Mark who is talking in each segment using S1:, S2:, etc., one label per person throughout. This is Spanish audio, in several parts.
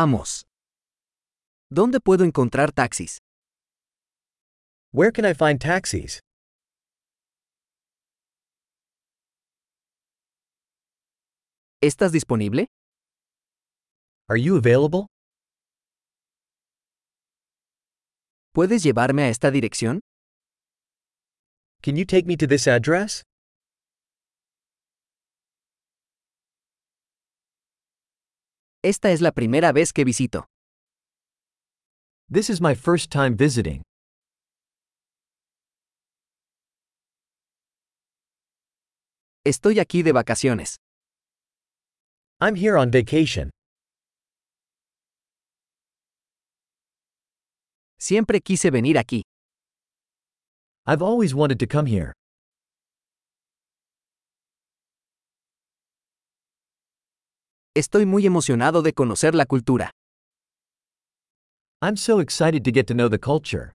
S1: Vamos. ¿Dónde puedo encontrar taxis?
S2: Where can I find taxis?
S1: ¿Estás disponible?
S2: Are you available?
S1: ¿Puedes llevarme a esta dirección?
S2: Can you take me to this address?
S1: Esta es la primera vez que visito.
S2: This is my first time visiting.
S1: Estoy aquí de vacaciones.
S2: I'm here on vacation.
S1: Siempre quise venir aquí.
S2: I've always wanted to come here.
S1: Estoy muy emocionado de conocer la cultura.
S2: I'm so excited to get to know the culture.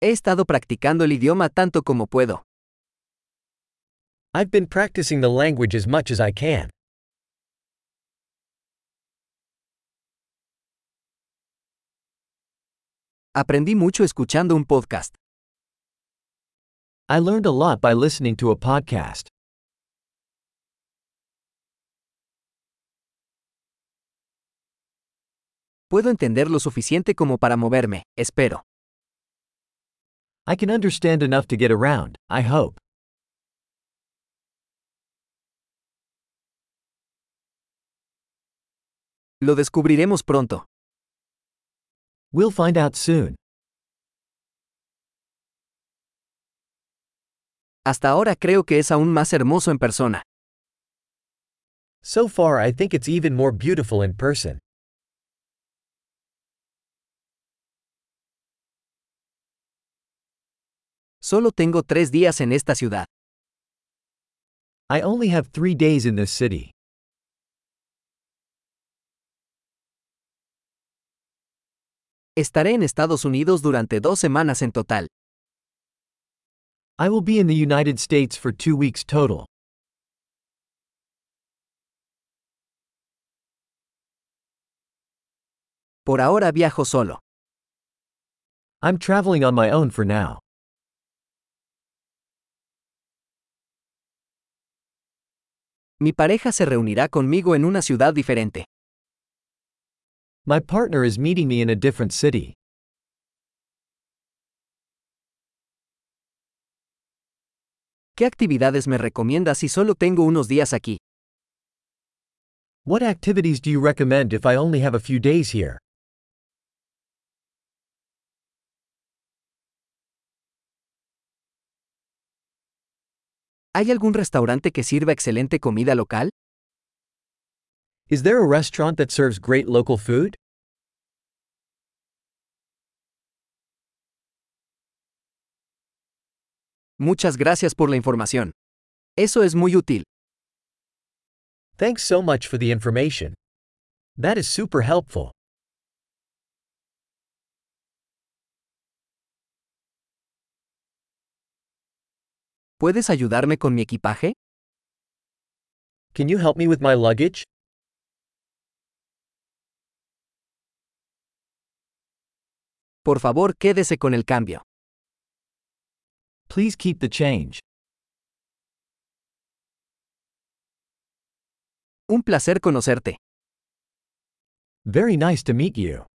S1: He estado practicando el idioma tanto como puedo.
S2: I've been practicing the language as much as I can.
S1: Aprendí mucho escuchando un podcast.
S2: I learned a lot by listening to a podcast.
S1: Puedo entender lo suficiente como para moverme, espero.
S2: I can understand enough to get around, I hope.
S1: Lo descubriremos pronto.
S2: We'll find out soon.
S1: Hasta ahora creo que es aún más hermoso en persona.
S2: So far, I think it's even more beautiful in person.
S1: Solo tengo tres días en esta ciudad.
S2: I only have three days in this city.
S1: Estaré en Estados Unidos durante dos semanas en total.
S2: I will be in the United States for two weeks total.
S1: Por ahora viajo solo.
S2: I'm traveling on my own for now.
S1: Mi pareja se reunirá conmigo en una ciudad diferente.
S2: My partner is meeting me in a different city.
S1: ¿Qué actividades me recomiendas si solo tengo unos días aquí?
S2: What activities do you recommend if I only have a few days here?
S1: ¿Hay algún restaurante que sirva excelente comida local?
S2: Is there a restaurant that serves great local food?
S1: Muchas gracias por la información. Eso es muy útil.
S2: Thanks so much for the information. That is super helpful.
S1: ¿Puedes ayudarme con mi equipaje?
S2: Can you help me with my luggage?
S1: Por favor, quédese con el cambio.
S2: Please keep the change.
S1: Un placer conocerte.
S2: Very nice to meet you.